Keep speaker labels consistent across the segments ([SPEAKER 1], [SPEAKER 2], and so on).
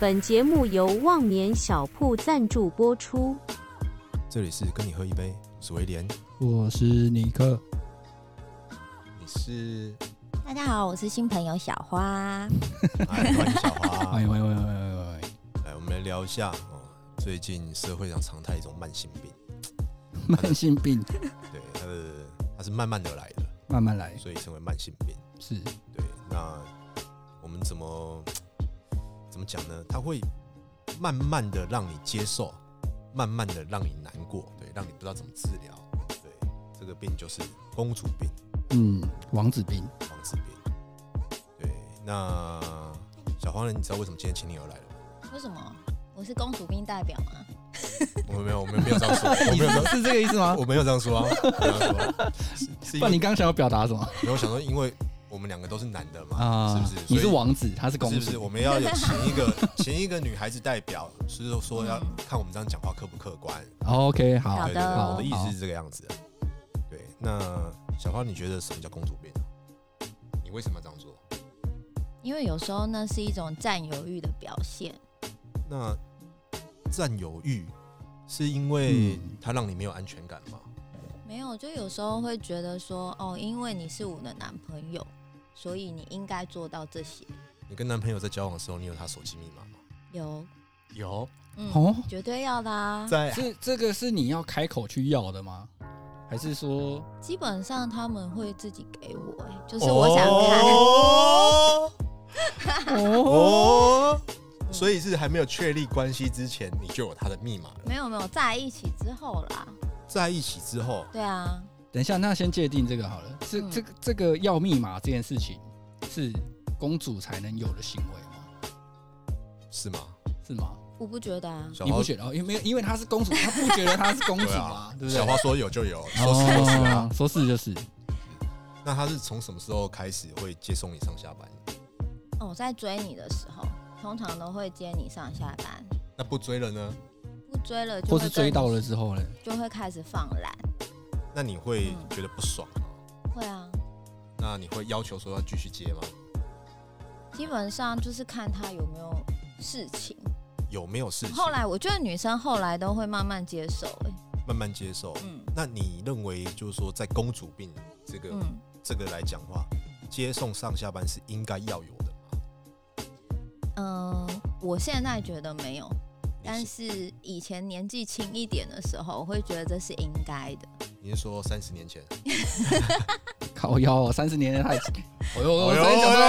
[SPEAKER 1] 本节目由望眠小铺赞助播出。
[SPEAKER 2] 这里是跟你喝一杯，我是威廉，
[SPEAKER 3] 我是尼克，
[SPEAKER 2] 你是
[SPEAKER 4] 大家好，我是新朋友小花。
[SPEAKER 2] 哎，欢迎小
[SPEAKER 3] 欢
[SPEAKER 2] 花
[SPEAKER 3] 迎。欢迎欢迎欢迎欢迎，
[SPEAKER 2] 来，我们来聊一下哦，最近社会上常态一种慢性病，
[SPEAKER 3] 慢性病
[SPEAKER 2] 对它的它是慢慢的来的，
[SPEAKER 3] 慢慢来，
[SPEAKER 2] 所以称为慢性病。
[SPEAKER 3] 是
[SPEAKER 2] 对，那我们怎么怎么讲呢？它会慢慢的让你接受，慢慢的让你难过，对，让你不知道怎么治疗。对，这个病就是公主病、
[SPEAKER 3] 嗯，王子病，
[SPEAKER 2] 王子病。对，那小黄人，你知道为什么今天请你而来了吗？
[SPEAKER 4] 为什么？我是公主病代表吗？
[SPEAKER 2] 我们没有，我们没有这样 说，我没有这样，
[SPEAKER 3] 是这个意思吗？
[SPEAKER 2] 我没有这样说啊，没有这样 说，是是
[SPEAKER 3] 不
[SPEAKER 2] 因
[SPEAKER 3] 然你
[SPEAKER 2] 为
[SPEAKER 3] 刚刚想要表达什么
[SPEAKER 2] 没有想说，因为我们两个都是男的嘛，
[SPEAKER 3] 啊
[SPEAKER 2] 是不是？
[SPEAKER 3] 你是
[SPEAKER 2] 所以
[SPEAKER 3] 王子，他是公
[SPEAKER 2] 是不
[SPEAKER 3] 主
[SPEAKER 2] 是？，我们 要有请一个请一个女孩子代表，是说要
[SPEAKER 4] 嗯
[SPEAKER 2] 看我们这样讲话客不客观。
[SPEAKER 3] OK，好
[SPEAKER 4] 好
[SPEAKER 2] 对对对，
[SPEAKER 4] 的
[SPEAKER 2] 我的意
[SPEAKER 3] 好
[SPEAKER 2] 思是这个样子。啊对，那小花，你觉得什么叫公主病？啊你为什么要这样做？
[SPEAKER 4] 因为有时候那是一种占有欲的表现。
[SPEAKER 2] 那占有欲是因为
[SPEAKER 3] 嗯
[SPEAKER 2] 它让你没有安全感吗？
[SPEAKER 4] 没有，就有时候会觉得说，哦，因为你是我的男朋友，所以你应该做到这些。
[SPEAKER 2] 你跟男朋友在交往的时候，你有他手机密码吗？
[SPEAKER 4] 有，
[SPEAKER 2] 有，
[SPEAKER 4] 嗯，
[SPEAKER 3] 哦，
[SPEAKER 4] 绝对要的啊。
[SPEAKER 2] 在
[SPEAKER 3] 这这个是你要开口去要的吗？还是说
[SPEAKER 4] 基本上他们会自己给我、哎，就是我想看。
[SPEAKER 2] 哦 哦，
[SPEAKER 3] 哦，
[SPEAKER 2] 所以是还没有确立关系之前，你就有他的密码了。
[SPEAKER 4] 没有没有，在一起之后啦。
[SPEAKER 2] 在一起之后，
[SPEAKER 4] 对啊，
[SPEAKER 3] 等一下，那先界定这个好了，这
[SPEAKER 4] 嗯
[SPEAKER 3] 这个这个要密码这件事情是公主才能有的行为吗？
[SPEAKER 2] 是吗？
[SPEAKER 3] 是吗？
[SPEAKER 4] 我不觉得啊。
[SPEAKER 2] 小
[SPEAKER 3] 你
[SPEAKER 2] 花
[SPEAKER 3] 不觉得？哦因为没有，因为她是公主，她不觉得她是公主
[SPEAKER 2] 对啊，，
[SPEAKER 3] 啊对不对
[SPEAKER 2] 小？花说有就有，说是就是啊
[SPEAKER 3] 哦。，说是就是，
[SPEAKER 2] 那他是从什么时候开始会接送你上下班？
[SPEAKER 4] 哦我在追你的时候，通常都会接你上下班，
[SPEAKER 2] 那不追了呢？
[SPEAKER 4] 不追了就
[SPEAKER 3] 或
[SPEAKER 4] 会
[SPEAKER 3] 是
[SPEAKER 4] 跟
[SPEAKER 3] 追
[SPEAKER 4] 你
[SPEAKER 3] 到了之后呢？
[SPEAKER 4] 就会开始放懒。
[SPEAKER 2] 那你会
[SPEAKER 3] 嗯
[SPEAKER 2] 觉得不爽吗？
[SPEAKER 4] 会啊，
[SPEAKER 2] 那你会要求说要继续接吗？
[SPEAKER 4] 基本上就是看他有没有事情。
[SPEAKER 2] 有没有事情？
[SPEAKER 4] 后来我觉得女生后来都会慢慢接受、欸，
[SPEAKER 2] 慢慢接受。
[SPEAKER 4] 嗯
[SPEAKER 2] 那你认为就是说，在公主病这个
[SPEAKER 4] 嗯，
[SPEAKER 2] 这个来讲的话，接送上下班是应该要有的吗？
[SPEAKER 4] 嗯、我现在觉得没有，
[SPEAKER 2] 你
[SPEAKER 4] 但
[SPEAKER 2] 是
[SPEAKER 4] 是以前年纪轻一点的时候，我会觉得这是应该的。
[SPEAKER 2] 你是说三十年前？
[SPEAKER 3] 靠腰，三十年的太，哎呦，我
[SPEAKER 4] 哦
[SPEAKER 2] 哎呦
[SPEAKER 3] 才讲
[SPEAKER 2] 哎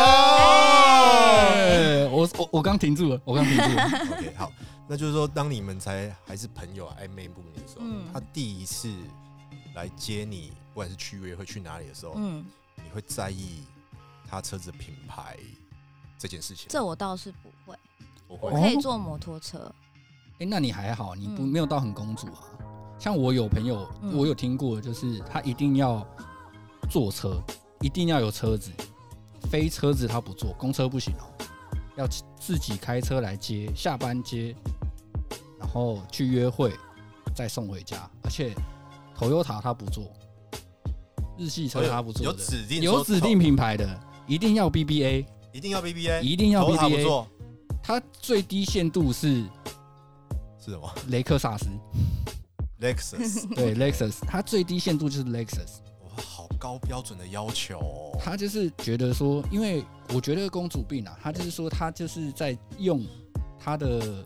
[SPEAKER 3] 到，我我我刚停住了，我刚停住了，
[SPEAKER 4] 哎
[SPEAKER 2] OK，好，那就是说，当你们才还是朋友啊暧昧不明的时候，
[SPEAKER 4] 嗯
[SPEAKER 2] 他第一次来接你，不管是去约会去哪里的时候，
[SPEAKER 4] 嗯，
[SPEAKER 2] 你会在意他车子品牌这件事情吗？
[SPEAKER 4] 这我倒是不会，
[SPEAKER 2] 不
[SPEAKER 4] 我
[SPEAKER 2] 会，
[SPEAKER 4] 可以坐摩托车。
[SPEAKER 3] 哎，那你还好，你不
[SPEAKER 4] 嗯
[SPEAKER 3] 没有到很公主啊。像我有朋友，
[SPEAKER 4] 嗯
[SPEAKER 3] 我有听过，就是他一定要坐车，一定要有车子，非车子他不坐，公车不行哦，要自己开车来接，下班接，然后去约会，再送回家。而且 Toyota 他不坐，日系车他不坐
[SPEAKER 2] 有
[SPEAKER 3] 的
[SPEAKER 2] 指定
[SPEAKER 3] 有
[SPEAKER 2] 说
[SPEAKER 3] 指定品牌的，一定要 BBA，
[SPEAKER 2] 一定要 BBA，
[SPEAKER 3] 一定要
[SPEAKER 2] 头哎塔不
[SPEAKER 3] BBA。
[SPEAKER 2] 做
[SPEAKER 3] 它最低限度是
[SPEAKER 2] 是什么
[SPEAKER 3] 雷克萨斯，
[SPEAKER 2] ？Lexus，
[SPEAKER 3] 对 Lexus，它最低限度就是 Lexus。
[SPEAKER 2] 哇，好高标准的要求哦。
[SPEAKER 3] 他就是觉得说，因为我觉得公主病啊，他就是说他就是在用他的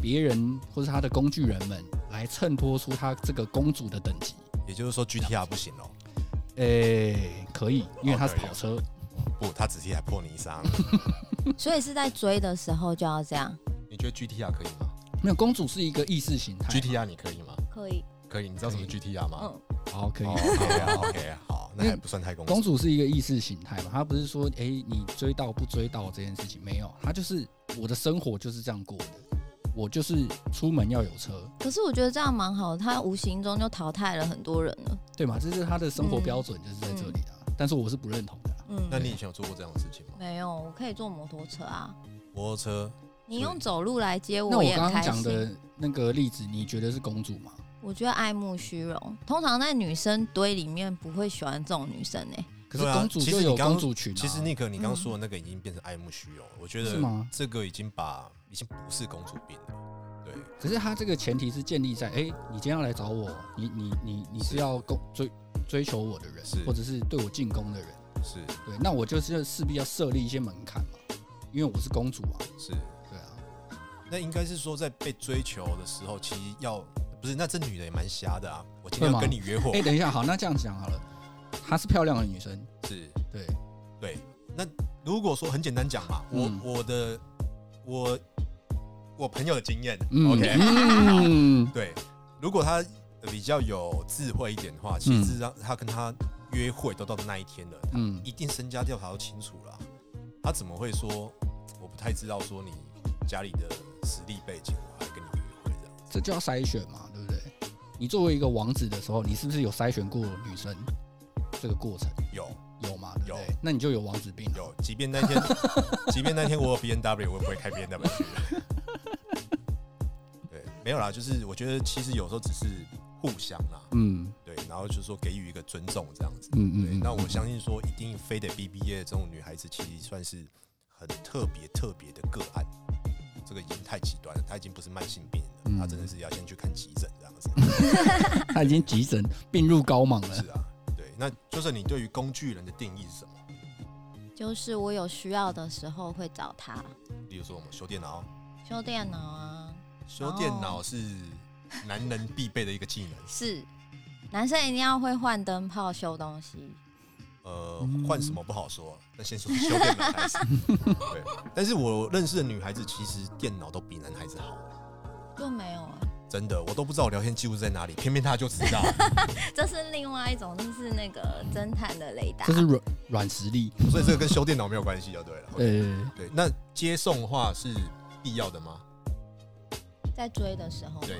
[SPEAKER 3] 别人或是他的工具人们来衬托出他这个公主的等级。
[SPEAKER 2] 也就是说 GTR 不行哦，
[SPEAKER 3] 诶、可以，因为它是
[SPEAKER 2] 哦可以啊
[SPEAKER 3] 跑车，
[SPEAKER 2] 不，他只是一台破尼桑。
[SPEAKER 4] 所以是在追的时候就要这样，
[SPEAKER 2] 你觉得 GTR 可以吗
[SPEAKER 3] 没有公主是一个意识形态。
[SPEAKER 2] ？GTR 你可以吗？
[SPEAKER 4] 可以，
[SPEAKER 2] 可以，你知道什么 GTR 吗？
[SPEAKER 4] 嗯，
[SPEAKER 3] 好，可以。
[SPEAKER 2] 哦 OK 啊，OK 啊，好，那还不算太公主
[SPEAKER 3] 公主是一个意识形态嘛，她不是说哎、诶你追到不追到这件事情没有，她就是我的生活就是这样过的，我就是出门要有车，
[SPEAKER 4] 可是我觉得这样蛮好的，他无形中就淘汰了很多人了。
[SPEAKER 3] 对嘛？这是她的生活标准，就是在这里啊。但是我是不认同的啊啦，
[SPEAKER 4] 嗯，
[SPEAKER 2] 那你以前有做过这样的事情吗？
[SPEAKER 4] 没有，我可以坐摩托车啊。
[SPEAKER 2] 摩托车，
[SPEAKER 4] 你用走路来接
[SPEAKER 3] 那
[SPEAKER 4] 我
[SPEAKER 3] 我
[SPEAKER 4] 也
[SPEAKER 3] 刚
[SPEAKER 4] 很
[SPEAKER 3] 刚
[SPEAKER 4] 开
[SPEAKER 3] 讲
[SPEAKER 4] 心。
[SPEAKER 3] 的那个例子，你觉得是公主吗？
[SPEAKER 4] 我觉得爱慕虚荣，通常在女生堆里面不会喜欢这种女生呢、欸
[SPEAKER 3] 可是
[SPEAKER 2] 对啊
[SPEAKER 3] 公主
[SPEAKER 2] 其实
[SPEAKER 3] 就
[SPEAKER 2] 你
[SPEAKER 3] 有
[SPEAKER 2] 刚
[SPEAKER 3] 公主裙、啊，
[SPEAKER 2] 其实尼克，你刚刚
[SPEAKER 4] 嗯
[SPEAKER 2] 说的那个已经变成爱慕虚荣了，我觉
[SPEAKER 3] 是
[SPEAKER 2] 得
[SPEAKER 3] 吗
[SPEAKER 2] 这个已经把已经不是公主病了。对，
[SPEAKER 3] 可是他这个前提是建立在，哎、你今天要来找我，你你你你是
[SPEAKER 2] 是
[SPEAKER 3] 要攻追追求我的人
[SPEAKER 2] 是，
[SPEAKER 3] 或者是对我进攻的人，
[SPEAKER 2] 是
[SPEAKER 3] 对，那我就是势必要设立一些门槛嘛，因为我是公主啊，
[SPEAKER 2] 是，
[SPEAKER 3] 对啊，
[SPEAKER 2] 那应该是说在被追求的时候，其实要不是那这女的也蛮瞎的啊。我今天要
[SPEAKER 3] 会吗
[SPEAKER 2] 跟你约
[SPEAKER 3] 哎、
[SPEAKER 2] 会，
[SPEAKER 3] 等一下，好，那这样讲好了，她是漂亮的女生，
[SPEAKER 2] 是
[SPEAKER 3] 对，
[SPEAKER 2] 对。那如果说很简单讲嘛，我
[SPEAKER 3] 嗯
[SPEAKER 2] 我的我我朋友的经验
[SPEAKER 3] 嗯
[SPEAKER 2] ，OK，
[SPEAKER 3] 嗯，
[SPEAKER 2] 对，如果他比较有智慧一点的话，其
[SPEAKER 3] 嗯
[SPEAKER 2] 实让他跟他约会都到那一天了，
[SPEAKER 3] 嗯
[SPEAKER 2] 一定身家调查都清楚了啊、他怎么会说我不太知道说你家里的实力背景，我还跟你约会这样？
[SPEAKER 3] 这就要筛选嘛，对不对？你作为一个王子的时候，你是不是有筛选过女生这个过程？
[SPEAKER 2] 有
[SPEAKER 3] 有嘛，对不对
[SPEAKER 2] 有？
[SPEAKER 3] 那你就有王子病了。
[SPEAKER 2] 有，即便那天，即便那天我有 B N W，我也不会开 B N W 去。对，没有啦，就是我觉得其实有时候只是互相啦，
[SPEAKER 3] 嗯
[SPEAKER 2] 对，然后就是说给予一个尊重这样子。
[SPEAKER 3] 嗯
[SPEAKER 2] 对，
[SPEAKER 3] 嗯，
[SPEAKER 2] 那我相信说，一定非得 BBA 的这种女孩子，其实算是很特别特别的个案。这个已经太极端了，她已经不是慢性病
[SPEAKER 3] 嗯
[SPEAKER 2] 了，她真的是要先去看急诊这样 子。
[SPEAKER 3] 他已经急诊病入膏肓了。
[SPEAKER 2] 是啊，对。那就是你对于工具人的定义是什么？
[SPEAKER 4] 就是我有需要的时候会找他
[SPEAKER 2] 例如说，我们修电脑，
[SPEAKER 4] 修电脑啊，
[SPEAKER 2] 修电
[SPEAKER 3] 哦
[SPEAKER 2] 脑是男人必备的一个技能。
[SPEAKER 4] 是男生一定要会换灯泡修东西，
[SPEAKER 2] 呃
[SPEAKER 3] 嗯，
[SPEAKER 2] 换什么不好说，那先从修电脑 开始。对，但是我认识的女孩子，其实电脑都比男孩子好。
[SPEAKER 4] 就没有哎、
[SPEAKER 2] 真的，我都不知道我聊天记录在哪里，偏偏她就知道。
[SPEAKER 4] 这是另外一种，就是那个侦探的雷达
[SPEAKER 3] 这，是软软实力，
[SPEAKER 2] 所以这个跟修电脑没有关系就对了。
[SPEAKER 3] 呃，
[SPEAKER 2] 对，那接送的话是必要的吗？
[SPEAKER 4] 在追的时候，
[SPEAKER 2] 对，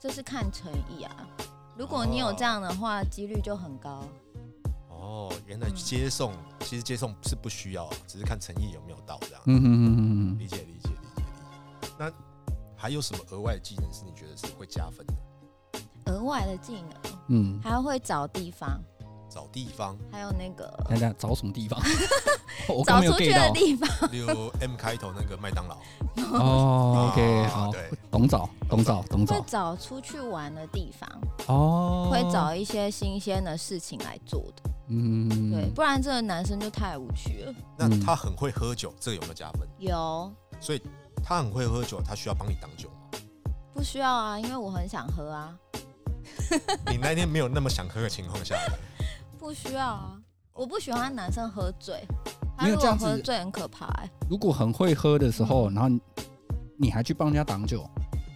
[SPEAKER 4] 这是看诚意啊。如果你有
[SPEAKER 3] 哦
[SPEAKER 4] 这样的话，几率就很高。
[SPEAKER 2] 哦，原来接送、其实接送是不需要，啊只是看诚意有没有到这样。
[SPEAKER 3] 嗯哼哼哼
[SPEAKER 2] 理解理解理解理解。那还有什么额外的技能是你觉得是会加分的？
[SPEAKER 4] 额外的技能，
[SPEAKER 3] 哼，嗯，
[SPEAKER 4] 还会找地方，
[SPEAKER 2] 找地方，
[SPEAKER 4] 还有那个
[SPEAKER 3] 等一下找什么 地方？我刚
[SPEAKER 4] 找
[SPEAKER 3] 没有
[SPEAKER 4] 出去
[SPEAKER 3] get
[SPEAKER 4] 的
[SPEAKER 3] 到
[SPEAKER 4] 地方。
[SPEAKER 2] 例如 M 开头那个麦当劳。
[SPEAKER 3] 嗯哦，OK，
[SPEAKER 2] 啊
[SPEAKER 3] 好，
[SPEAKER 2] 对，
[SPEAKER 3] 懂找，懂找，懂
[SPEAKER 4] 会
[SPEAKER 3] 找，
[SPEAKER 4] 找出去玩的地方，
[SPEAKER 3] 哦，
[SPEAKER 4] 会，找一些新鲜的事情来做的，
[SPEAKER 3] 嗯，
[SPEAKER 4] 对，不然这个男生就太无趣了。
[SPEAKER 2] 那
[SPEAKER 3] 嗯
[SPEAKER 2] 他很会喝酒，这个有没有加分？
[SPEAKER 4] 有
[SPEAKER 2] 所以他很会喝酒，他需要帮你挡酒 吗？
[SPEAKER 4] 不需要啊，因为我很想喝啊，
[SPEAKER 2] 你那天没有那么想喝的情况下，
[SPEAKER 4] 不需要啊，我不喜欢男生喝醉，他
[SPEAKER 3] 没有
[SPEAKER 4] 如
[SPEAKER 3] 这
[SPEAKER 4] 果
[SPEAKER 3] 样子
[SPEAKER 4] 喝醉很可怕、欸，
[SPEAKER 3] 如果很会喝的时候，
[SPEAKER 4] 嗯
[SPEAKER 3] 然后你你还去帮人家挡酒，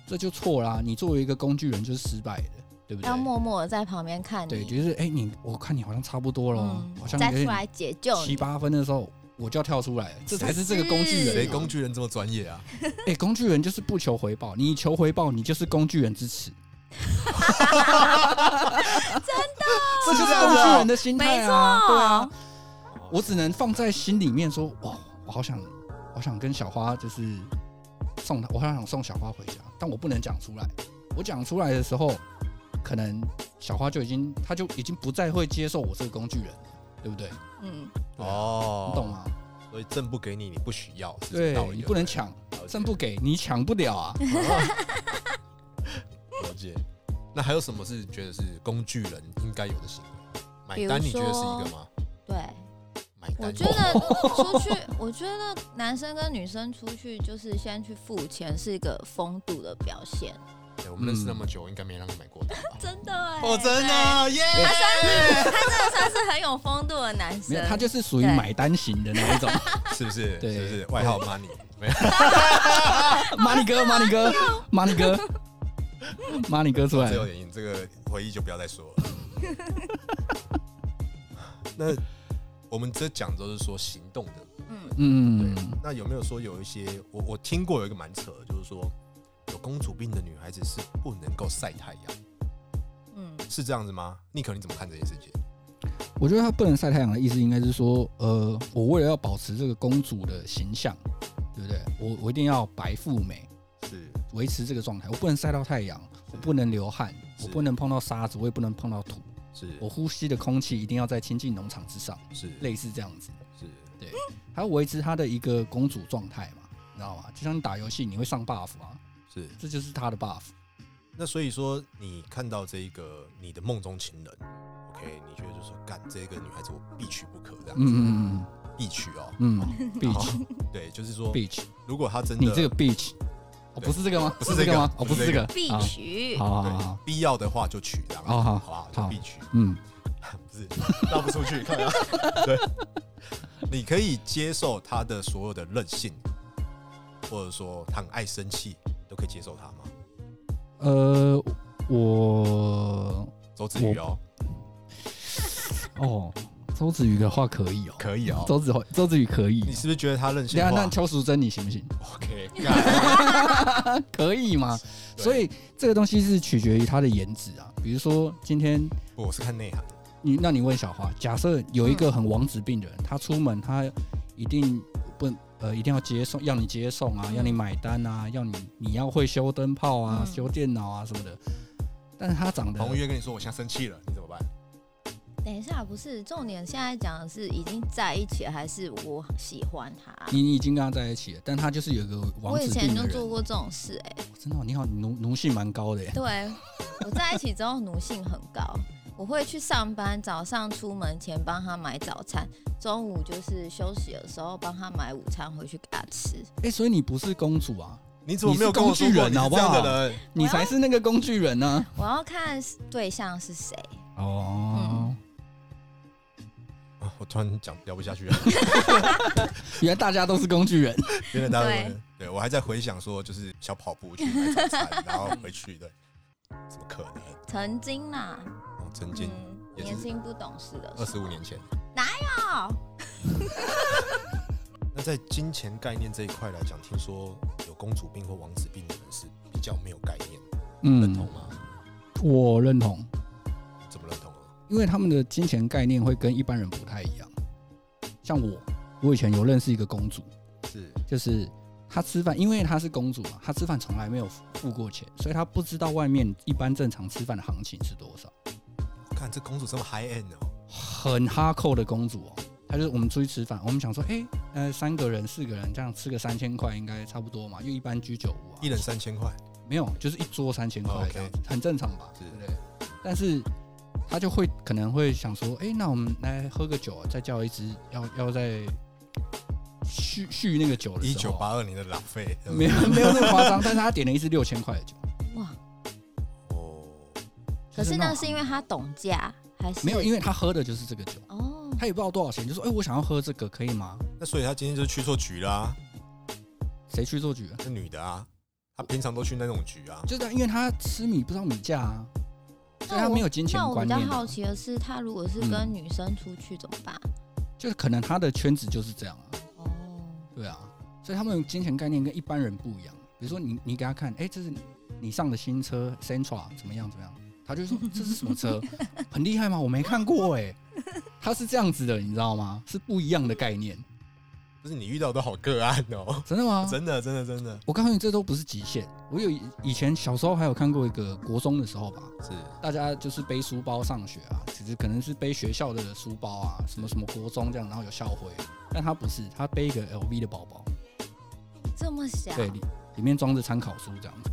[SPEAKER 3] 这就错啦。你作为一个工具人就是失败的，对不
[SPEAKER 4] 要
[SPEAKER 3] 对？
[SPEAKER 4] 默默的在旁边看
[SPEAKER 3] 对，
[SPEAKER 4] 你，嗯
[SPEAKER 3] 就是哎、你我看你好像差不多了哦，好像
[SPEAKER 4] 再
[SPEAKER 3] 有
[SPEAKER 4] 出来
[SPEAKER 3] 点
[SPEAKER 4] 解救
[SPEAKER 3] 七
[SPEAKER 4] 你，
[SPEAKER 3] 八分的时候。我就要跳出来了，这才是这个工具
[SPEAKER 2] 谁
[SPEAKER 3] 人。
[SPEAKER 2] 工具人这么专业啊？
[SPEAKER 3] 哎、工具人就是不求回报，你求回报，你就是工具人之 耻。真 的，这就是工具人的心态
[SPEAKER 4] 没错，
[SPEAKER 3] 啊！对啊，我只能放在心里面说，哇，我好想，我想跟小花就是送她，我好想送小花回家，但我不能讲出来。我讲出来的时候，可能小花就已经，她就已经不再会接受我这个工具人了，对不对？
[SPEAKER 4] 嗯，
[SPEAKER 3] 对啊，
[SPEAKER 2] 哦
[SPEAKER 3] 你懂？吗？
[SPEAKER 2] 所以正不给你，你不需要，是这个
[SPEAKER 3] 对
[SPEAKER 2] 道理啊
[SPEAKER 3] 你
[SPEAKER 2] 就
[SPEAKER 3] 不能
[SPEAKER 2] 对了
[SPEAKER 3] 抢，真不给你抢不了啊。
[SPEAKER 2] 哦了解。那还有什么是觉得是工具人应该有的行为？
[SPEAKER 4] 比
[SPEAKER 2] 买
[SPEAKER 4] 如
[SPEAKER 2] 单你觉得是一个吗？
[SPEAKER 4] 对，
[SPEAKER 2] 买单，
[SPEAKER 4] 我觉得出去，我觉得男生跟女生出去就是先去付钱是一个风度的表现，
[SPEAKER 2] 对我们认识那么久，应该没让你买过单吧？
[SPEAKER 4] 真的哎、
[SPEAKER 2] 哦，真的耶！
[SPEAKER 4] 这算是很有风度的男
[SPEAKER 3] 没
[SPEAKER 4] 生
[SPEAKER 3] 有，，他 就是啊属于
[SPEAKER 4] 对
[SPEAKER 3] 买单型的那一种。
[SPEAKER 2] 是 不是？
[SPEAKER 3] 对
[SPEAKER 2] 是不是？外号 money 没有？
[SPEAKER 3] 马里哥，马里哥，马里哥，马里哥出来
[SPEAKER 2] 这有
[SPEAKER 3] 了。
[SPEAKER 2] 点硬，这个回忆就不要再说了。 那我们这讲都是说行动的
[SPEAKER 4] 嗯，
[SPEAKER 3] 嗯
[SPEAKER 2] 对，，那有没有说有一些我我听过有一个蛮扯的，就是说有公主病的女孩子是不能够晒太阳，
[SPEAKER 4] 嗯，
[SPEAKER 2] 是这样子吗？尼克你怎么看这件事情？
[SPEAKER 3] 我觉得他不能晒太阳的意思应该是说，呃，我为了要保持这个公主的形象，对不对？我我一定要白富美，
[SPEAKER 2] 是
[SPEAKER 3] 维持这个状态，我不能晒到太阳，我不能流汗，
[SPEAKER 2] 是
[SPEAKER 3] 我不能碰到沙子，我也不能碰到土，
[SPEAKER 2] 是
[SPEAKER 3] 我呼吸的空气一定要在亲近农场之上，
[SPEAKER 2] 是
[SPEAKER 3] 类似这样子，
[SPEAKER 2] 是
[SPEAKER 3] 还要维持他的一个公主状态嘛，你知道吗？就像你打游戏你会上 buff 啊，
[SPEAKER 2] 是。
[SPEAKER 3] 这就是他的 buff。
[SPEAKER 2] 那所以说，你看到这一个你的梦中情人，OK，你觉得就说干这个女孩子我必娶不可这样子，
[SPEAKER 3] 嗯嗯
[SPEAKER 2] 必娶哦。
[SPEAKER 3] 嗯嗯
[SPEAKER 2] 好
[SPEAKER 3] ，beach
[SPEAKER 2] 对，就是说，
[SPEAKER 3] beach，
[SPEAKER 2] 如果她真的
[SPEAKER 3] 你这个 beach，哦，
[SPEAKER 2] 对
[SPEAKER 3] 不是这个吗？
[SPEAKER 2] 不是
[SPEAKER 3] 这
[SPEAKER 2] 这个
[SPEAKER 3] 吗？
[SPEAKER 2] 不
[SPEAKER 3] 哦，不
[SPEAKER 2] 是
[SPEAKER 3] 是
[SPEAKER 2] 这
[SPEAKER 3] 这
[SPEAKER 2] 个
[SPEAKER 3] 个，
[SPEAKER 4] 必
[SPEAKER 3] 啊
[SPEAKER 4] 须。
[SPEAKER 3] 好好
[SPEAKER 2] 对
[SPEAKER 3] 好，
[SPEAKER 2] 必要的话就娶这样子，
[SPEAKER 3] 好哦
[SPEAKER 2] 好
[SPEAKER 3] 好
[SPEAKER 2] 不好？就
[SPEAKER 3] 好
[SPEAKER 2] 必娶，
[SPEAKER 3] 嗯，
[SPEAKER 2] 不是 拉不出去，看啊，对，你可以接受她的所有的任性，或者说她很爱生气，都可以接受她吗？
[SPEAKER 3] 呃，我
[SPEAKER 2] 周子瑜哦，
[SPEAKER 3] 哦，周子瑜的话可以哦，
[SPEAKER 2] 可以哦，
[SPEAKER 3] 周子周子瑜可以。
[SPEAKER 2] 你是不是觉得她任性
[SPEAKER 3] 对啊，那
[SPEAKER 2] 化
[SPEAKER 3] 邱淑贞你行 不行？
[SPEAKER 2] ？OK，干
[SPEAKER 3] 可以吗？
[SPEAKER 2] 对
[SPEAKER 3] 所以这个东西是取决于她的颜值啊。比如说今天
[SPEAKER 2] 不我是看内涵，
[SPEAKER 3] 你，那你问小花，假设有一个很王子病的人，
[SPEAKER 2] 嗯
[SPEAKER 3] 他出门他一定不呃一定要接送，要你接送啊，
[SPEAKER 4] 嗯
[SPEAKER 3] 要你买单啊，要你你要会修灯泡啊、
[SPEAKER 4] 嗯
[SPEAKER 3] 修电脑啊什么的。但是他长得
[SPEAKER 2] 彭于晏跟你说我现在生气了，你怎么办？
[SPEAKER 4] 等一下，不是重点，现在讲的是已经在一起，还是我喜欢他？
[SPEAKER 3] 你你已经跟他在一起了，但他就是有一个王
[SPEAKER 4] 我以
[SPEAKER 3] 子
[SPEAKER 4] 前
[SPEAKER 3] 病的
[SPEAKER 4] 就
[SPEAKER 3] 人。
[SPEAKER 4] 做过这种事、哎，
[SPEAKER 3] 真的哦、你好，你奴奴性蛮高的耶。
[SPEAKER 4] 对我在一起之后奴性很高， 我会去上班，早上出门前帮他买早餐，中午就是休息的时候帮他买午餐回去给他吃。
[SPEAKER 3] 哎、所以你不是公主啊，
[SPEAKER 2] 你怎么没有跟我说
[SPEAKER 3] 你是
[SPEAKER 2] 过你
[SPEAKER 3] 工具人
[SPEAKER 2] 是
[SPEAKER 3] 好不
[SPEAKER 2] 这
[SPEAKER 3] 好
[SPEAKER 2] 样的人？
[SPEAKER 3] 你才是那个工具人呢、
[SPEAKER 4] 我要看对象是谁，
[SPEAKER 3] 哦，
[SPEAKER 2] 啊我突然讲聊不下去了，
[SPEAKER 3] 原来大家都是工具人。
[SPEAKER 2] 原来大家
[SPEAKER 4] 对
[SPEAKER 2] 都对我还在回想说，就是小跑步去买早餐，然后回去的，怎么可能？
[SPEAKER 4] 曾经啦，
[SPEAKER 2] 哦，曾经
[SPEAKER 4] 嗯，
[SPEAKER 2] 也是
[SPEAKER 4] 年轻不懂事的时候
[SPEAKER 2] 二十五年前。
[SPEAKER 4] 哦
[SPEAKER 2] 那在金钱概念这一块来讲，听说有公主病或王子病的人是比较没有概念，认同
[SPEAKER 3] 嗯，
[SPEAKER 2] 吗？
[SPEAKER 3] 我认同，
[SPEAKER 2] 怎么认同啊？
[SPEAKER 3] 因为他们的金钱概念会跟一般人不太一样。像我，我以前有认识一个公主，
[SPEAKER 2] 是
[SPEAKER 3] 就是她吃饭，因为她是公主嘛，她吃饭从来没有付付过钱，所以她不知道外面一般正常吃饭的行情是多少。
[SPEAKER 2] 看这公主这么 high end 哦，
[SPEAKER 3] 很哈扣的公主哦。她就是我们出去吃饭，我们想说，哎、呃，三个人、四个人这样吃个三千块应该差不多嘛，因为一般居酒屋啊，
[SPEAKER 2] 一人三千块，
[SPEAKER 3] 没有，就是一桌三千
[SPEAKER 2] 哦
[SPEAKER 3] 块
[SPEAKER 2] ，OK
[SPEAKER 3] 这样子，很正常吧？
[SPEAKER 2] 是
[SPEAKER 3] 对不对？但是她就会可能会想说，哎、那我们来喝个酒啊，再叫一支，要要再续续那个酒的时候，啊
[SPEAKER 2] 一九八二年的老费，对不
[SPEAKER 3] 没
[SPEAKER 2] 对
[SPEAKER 3] 有没有那么夸张，但是她点了一支六千块的酒，
[SPEAKER 4] 哇！
[SPEAKER 2] 哦，
[SPEAKER 4] 可是
[SPEAKER 3] 就
[SPEAKER 4] 那
[SPEAKER 3] 种
[SPEAKER 4] 是因为他懂价，还是
[SPEAKER 3] 没有，因为她喝的就是这个酒，
[SPEAKER 4] 哦，
[SPEAKER 3] 她也不知道多少钱，就说，哎、我想要喝这个，可以吗？
[SPEAKER 2] 那所以她今天就是去错局啦、
[SPEAKER 3] 谁去做局啊？
[SPEAKER 2] 是女的啊，她平常都去那种局啊，
[SPEAKER 3] 就这样，因为他吃米不知道米价啊，所以
[SPEAKER 4] 那
[SPEAKER 3] 他
[SPEAKER 4] 我
[SPEAKER 3] 没有金钱
[SPEAKER 4] 那我
[SPEAKER 3] 观
[SPEAKER 4] 比较
[SPEAKER 3] 念啊、嗯
[SPEAKER 4] 好奇的是，他如果是跟女生出去怎么办？
[SPEAKER 3] 就是可能他的圈子就是这样啊，
[SPEAKER 4] 哦，
[SPEAKER 3] 对啊，所以他们金钱概念跟一般人不一样。比如说你你给他看，哎、这是你上的新车 Sentra 怎么样怎么样，他 就说这是什么车，很厉害吗？我没看过哎、他是这样子的，你知道吗？是不一样的概
[SPEAKER 4] 嗯
[SPEAKER 3] 念，
[SPEAKER 2] 就是你遇到都好个案哦，
[SPEAKER 3] 真的吗？
[SPEAKER 2] 真的真的真的
[SPEAKER 3] 我告诉你，这都不是极限。我有以以前小时候还有看过一个国中的时候吧，
[SPEAKER 2] 是
[SPEAKER 3] 大家就是背书包上学啊，只是可能是背学校的书包啊，什么什么国中这样，然后有校徽，但他不是，他背一个 LV 的包包，
[SPEAKER 4] 这么小，
[SPEAKER 3] 对，里里面装着参考书这样子，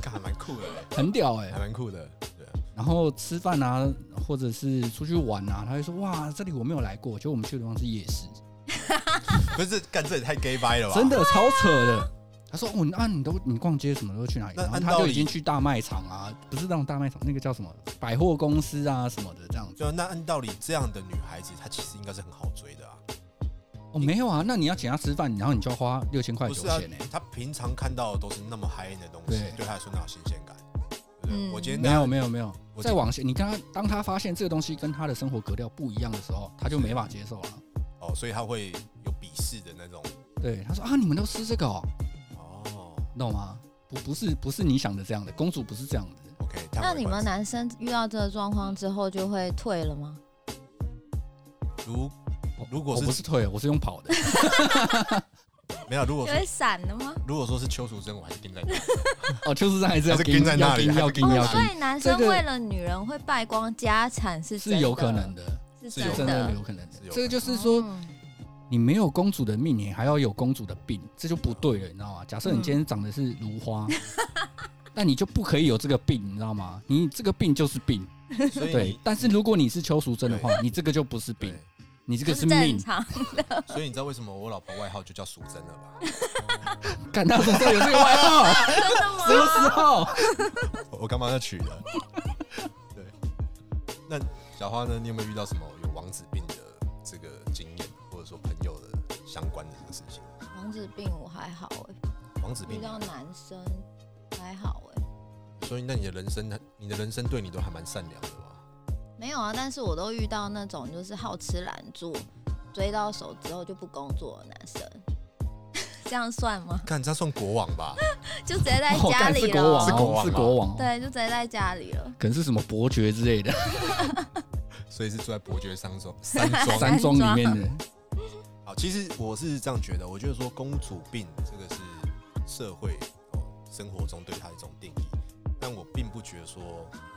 [SPEAKER 2] 干还蛮酷的，欸
[SPEAKER 3] 很屌哎、
[SPEAKER 2] 还蛮酷的，对啊，
[SPEAKER 3] 然后吃饭啊，或者是出去玩啊，他会说哇，这里我没有来过，就我们去的地方是夜市，
[SPEAKER 2] 不是干这也太 gay bye 了吧？
[SPEAKER 3] 真的超扯的。他说哦，那、啊、你都你逛街什么都去哪里？
[SPEAKER 2] 那
[SPEAKER 3] 然后
[SPEAKER 2] 按
[SPEAKER 3] 他
[SPEAKER 2] 道
[SPEAKER 3] 就
[SPEAKER 2] 理
[SPEAKER 3] 已经去大卖场啊，不是那种大卖场，那个叫什么百货公司啊什么的这样子。
[SPEAKER 2] 对啊，那按道理这样的女孩子，她其实应该是很好追的啊。
[SPEAKER 3] 哦，没有啊，那你要请他吃饭，然后你就要花六千块
[SPEAKER 2] 不
[SPEAKER 3] 酒
[SPEAKER 2] 是啊
[SPEAKER 3] 钱呢、，欸
[SPEAKER 2] 他平常看到的都是那么 high end 的东西
[SPEAKER 3] 对，
[SPEAKER 2] 对他来说哪有新鲜感？对不对？
[SPEAKER 4] 嗯
[SPEAKER 2] 我今天
[SPEAKER 3] 没有没有没有，
[SPEAKER 2] 我
[SPEAKER 3] 再
[SPEAKER 2] 记
[SPEAKER 3] 往前，你跟他当他发现这个东西跟他的生活格调不一样的时候，他就没法接受了。
[SPEAKER 2] 哦，所以他会有鄙视的那种
[SPEAKER 3] 对，他说啊，你们都吃这个、哦，
[SPEAKER 2] 哦。
[SPEAKER 3] 你懂吗？不不是不是你想的这样的，公主不是这样的，
[SPEAKER 2] OK，叹
[SPEAKER 4] 那
[SPEAKER 2] 为
[SPEAKER 4] 你
[SPEAKER 2] 观止？
[SPEAKER 4] 们男生遇到这个状况之后就会退了吗？
[SPEAKER 2] 如
[SPEAKER 3] 我
[SPEAKER 2] 如果
[SPEAKER 3] 我
[SPEAKER 2] 是
[SPEAKER 3] 不是腿，我是用跑的。
[SPEAKER 2] 没有，如果
[SPEAKER 4] 就
[SPEAKER 2] 说
[SPEAKER 4] 会闪的吗？
[SPEAKER 2] 如果说是邱淑贞，我还是定在 那。
[SPEAKER 3] 哦，就是这还是要
[SPEAKER 2] 还是
[SPEAKER 3] 盯
[SPEAKER 2] 盯在那里还是
[SPEAKER 3] 要盯
[SPEAKER 2] 盯
[SPEAKER 3] 要
[SPEAKER 4] 哦，
[SPEAKER 2] 在
[SPEAKER 4] 所
[SPEAKER 3] 盯，
[SPEAKER 4] 以男
[SPEAKER 3] 这
[SPEAKER 4] 生
[SPEAKER 3] 个
[SPEAKER 4] 为了女人会败光家产是真
[SPEAKER 3] 是
[SPEAKER 4] 的
[SPEAKER 3] 有可能，的，
[SPEAKER 4] 是
[SPEAKER 2] 是有
[SPEAKER 3] 真
[SPEAKER 4] 哦真
[SPEAKER 3] 的
[SPEAKER 4] 的。嗯
[SPEAKER 3] 有可能的
[SPEAKER 2] 是有可。能
[SPEAKER 3] 这个就是说，
[SPEAKER 4] 哦，
[SPEAKER 3] 你没有公主的命，你还要有公主的病，这就不对了，你知
[SPEAKER 2] 嗯
[SPEAKER 3] 道吗？假设你今天长的是如花， 那你就不可以有这个病，你知道吗？你这个病就是病，
[SPEAKER 2] 所以
[SPEAKER 3] 对
[SPEAKER 2] 你。
[SPEAKER 3] 但是如果你是邱淑贞的话，你这个就不是病
[SPEAKER 2] 对，，
[SPEAKER 3] 你这
[SPEAKER 4] 就
[SPEAKER 3] 个
[SPEAKER 4] 是
[SPEAKER 3] 是
[SPEAKER 4] 正
[SPEAKER 3] 命。
[SPEAKER 4] 常。
[SPEAKER 2] 所以你知道为什么我老婆外号就叫淑贞了吧？
[SPEAKER 3] 看到身上有这个外 号，什么时候？
[SPEAKER 2] 我我干嘛要取的？ 对。那小花呢？你有没有遇到什么有王子病的这个经验，或者说朋友的相关的这个事情？
[SPEAKER 4] 王子病我还好哎，
[SPEAKER 2] 王子病
[SPEAKER 4] 遇，到男生还好哎，
[SPEAKER 2] 所以那你的人生，你的人生对你都还蛮善良的吧？
[SPEAKER 4] 没有啊，但是我都遇到那种就是好吃懒做，追到手之后就不工作的男生， 这样算吗？
[SPEAKER 2] 看这算国王吧？
[SPEAKER 4] 就直接在
[SPEAKER 3] 哦
[SPEAKER 4] 家
[SPEAKER 3] 干
[SPEAKER 4] 里
[SPEAKER 3] 是
[SPEAKER 4] 了
[SPEAKER 3] 国王
[SPEAKER 2] 是国
[SPEAKER 3] 哦，
[SPEAKER 2] 王
[SPEAKER 3] 是
[SPEAKER 2] 吗
[SPEAKER 3] 国王哦，
[SPEAKER 4] 对，就直接在家里
[SPEAKER 2] 哦
[SPEAKER 4] 了。
[SPEAKER 3] 可能是什么伯爵之类的，
[SPEAKER 2] 所以是住在伯爵山庄，山 庄
[SPEAKER 3] 山庄里面的。
[SPEAKER 2] 好，其实我是这样觉得，我觉得说公主病这个是社会哦生活中对它的一种定义，但我并不觉得说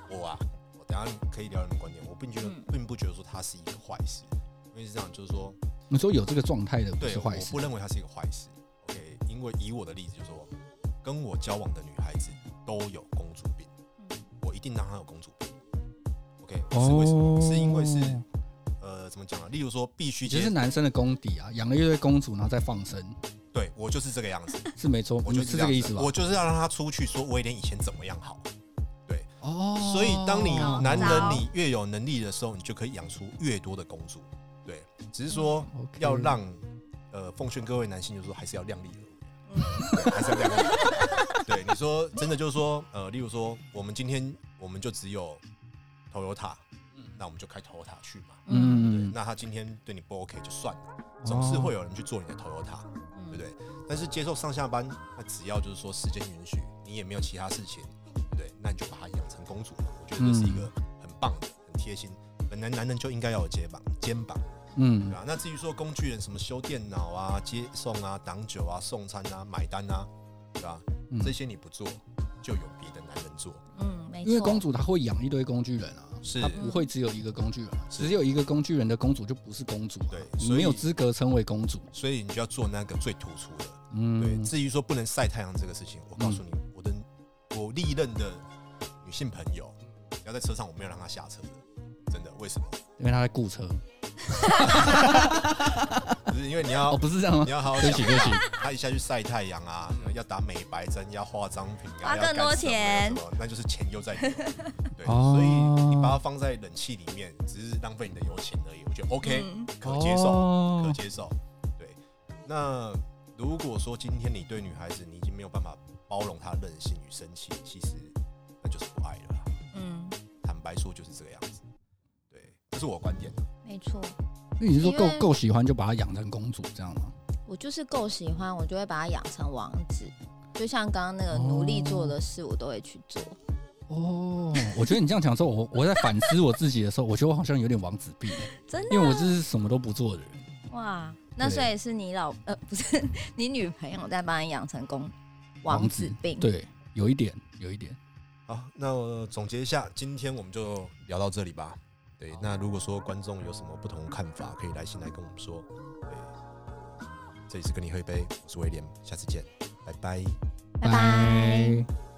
[SPEAKER 2] 我啊，我等一下可以聊你的观点，我并觉得、
[SPEAKER 4] 嗯
[SPEAKER 2] 并不觉得说它是一个坏事，因为是这样，就是说，
[SPEAKER 3] 你说有这个状态的不
[SPEAKER 2] 对，
[SPEAKER 3] 是坏事
[SPEAKER 2] 我不，认为它是一个坏事。OK，因为以我的例子就是说，跟我交往的女孩子都有公主病，我一定让她有公主病。OK，是为什么？是因为是呃，怎么讲啊？例如说，必须
[SPEAKER 3] 其
[SPEAKER 2] 接
[SPEAKER 3] 哦实是男生的功底啊，养了一堆公主，然后再放生，
[SPEAKER 2] 对我就是这个样子。
[SPEAKER 3] 是没错，
[SPEAKER 2] 我
[SPEAKER 3] 你
[SPEAKER 2] 就是
[SPEAKER 3] 这个
[SPEAKER 2] 样
[SPEAKER 3] 意
[SPEAKER 2] 子
[SPEAKER 3] 思吧？
[SPEAKER 2] 我就是要让他出去说威廉以前怎么样好。
[SPEAKER 3] 哦
[SPEAKER 2] 所以当你
[SPEAKER 4] 哦
[SPEAKER 2] 男
[SPEAKER 4] 糟
[SPEAKER 2] 人你越有能力的时候，你就可以养出越多的公主。对，只是说
[SPEAKER 3] OK
[SPEAKER 2] 要让呃奉劝各位男性，就是说还是要量力而 为，对还是要量力而为。对，你说真的就是说呃，例如说我们今天我们就只有 Toyota，那我们就开 Toyota 去嘛。
[SPEAKER 3] 嗯，哦
[SPEAKER 2] 那他今天对你不 OK 就算了，总是会有人去做你的 Toyota。对不
[SPEAKER 4] 嗯
[SPEAKER 2] 对？但是接受上下班，那只要就是说时间允许，你也没有其他事情，对不对？那你就把她养成公主嘛，我觉得这是一个很棒的、很贴心。本来男人就应该要有肩膀，肩膀对
[SPEAKER 3] 嗯，
[SPEAKER 2] 吧？那至于说工具人什么修电脑啊、接送啊、挡酒啊、送餐啊、买单啊，对吧？
[SPEAKER 3] 嗯
[SPEAKER 2] 这些你不做，就有别的男人做。
[SPEAKER 4] 嗯，没错。
[SPEAKER 3] 因为公主她会养一堆工具人啊，
[SPEAKER 2] 是
[SPEAKER 3] 她不会只有一个工具人啊，
[SPEAKER 2] 是
[SPEAKER 3] 只有一个工具人的公主就不是公主啊，
[SPEAKER 2] 对
[SPEAKER 3] 你
[SPEAKER 2] 所以
[SPEAKER 3] 没有资格称为公主，
[SPEAKER 2] 所以你就要做那个最突出的。对，
[SPEAKER 3] 嗯，
[SPEAKER 2] 至于说不能晒太阳这个事情，我告诉你，我的我历任的女性朋友，只要在车上，我没有让她下车的，真的。为什么？
[SPEAKER 3] 因为她在雇车，
[SPEAKER 2] 不是因为你要
[SPEAKER 3] 哦，不是这样 吗
[SPEAKER 2] 你？要好好想
[SPEAKER 3] 对不起
[SPEAKER 2] 一
[SPEAKER 3] 对不
[SPEAKER 2] 下
[SPEAKER 3] 起，
[SPEAKER 2] 她一下去晒太阳啊，要打美白针，要化妆品啊，
[SPEAKER 4] 花
[SPEAKER 2] 要干
[SPEAKER 4] 更多
[SPEAKER 2] 什么什
[SPEAKER 4] 钱
[SPEAKER 2] 么那就是钱又在流。 对，
[SPEAKER 3] 哦
[SPEAKER 2] 所以你把它放在冷气里面，只是浪费你的油钱而已，我觉得 OK，、
[SPEAKER 4] 嗯
[SPEAKER 2] 可接受。可
[SPEAKER 3] 哦
[SPEAKER 2] 接受。对，那如果说今天你对女孩子你已经没有办法包容她任性与生气，其实那就是不爱了啦。
[SPEAKER 4] 嗯，
[SPEAKER 2] 坦白说就是这个样子。对，这是我的观点。
[SPEAKER 4] 没错。
[SPEAKER 3] 那你是说
[SPEAKER 4] 因
[SPEAKER 3] 够
[SPEAKER 4] 为
[SPEAKER 3] 够喜欢就把她养成公主这样吗？
[SPEAKER 4] 我就是够喜欢，我就会把它养成王子。就像刚刚那个奴隶做的事，我都会去做。
[SPEAKER 3] 哦，我觉得你这样讲之后，我我在反思我自己的时候，我觉得我好像有点王子病欸，
[SPEAKER 4] 真的
[SPEAKER 3] 因为我就是什么都不做的人。
[SPEAKER 4] 哇！那所以是你老呃，不是 你女朋友在帮你养成公王子病。，
[SPEAKER 3] 对，有一点，有一点。
[SPEAKER 2] 好，那我总结一下，今天我们就聊到这里吧。对，那如果说观众有什么不同的看法，可以来信来跟我们说。对，这里是跟你喝一杯，我是威廉，下次见，拜拜。
[SPEAKER 4] 拜拜。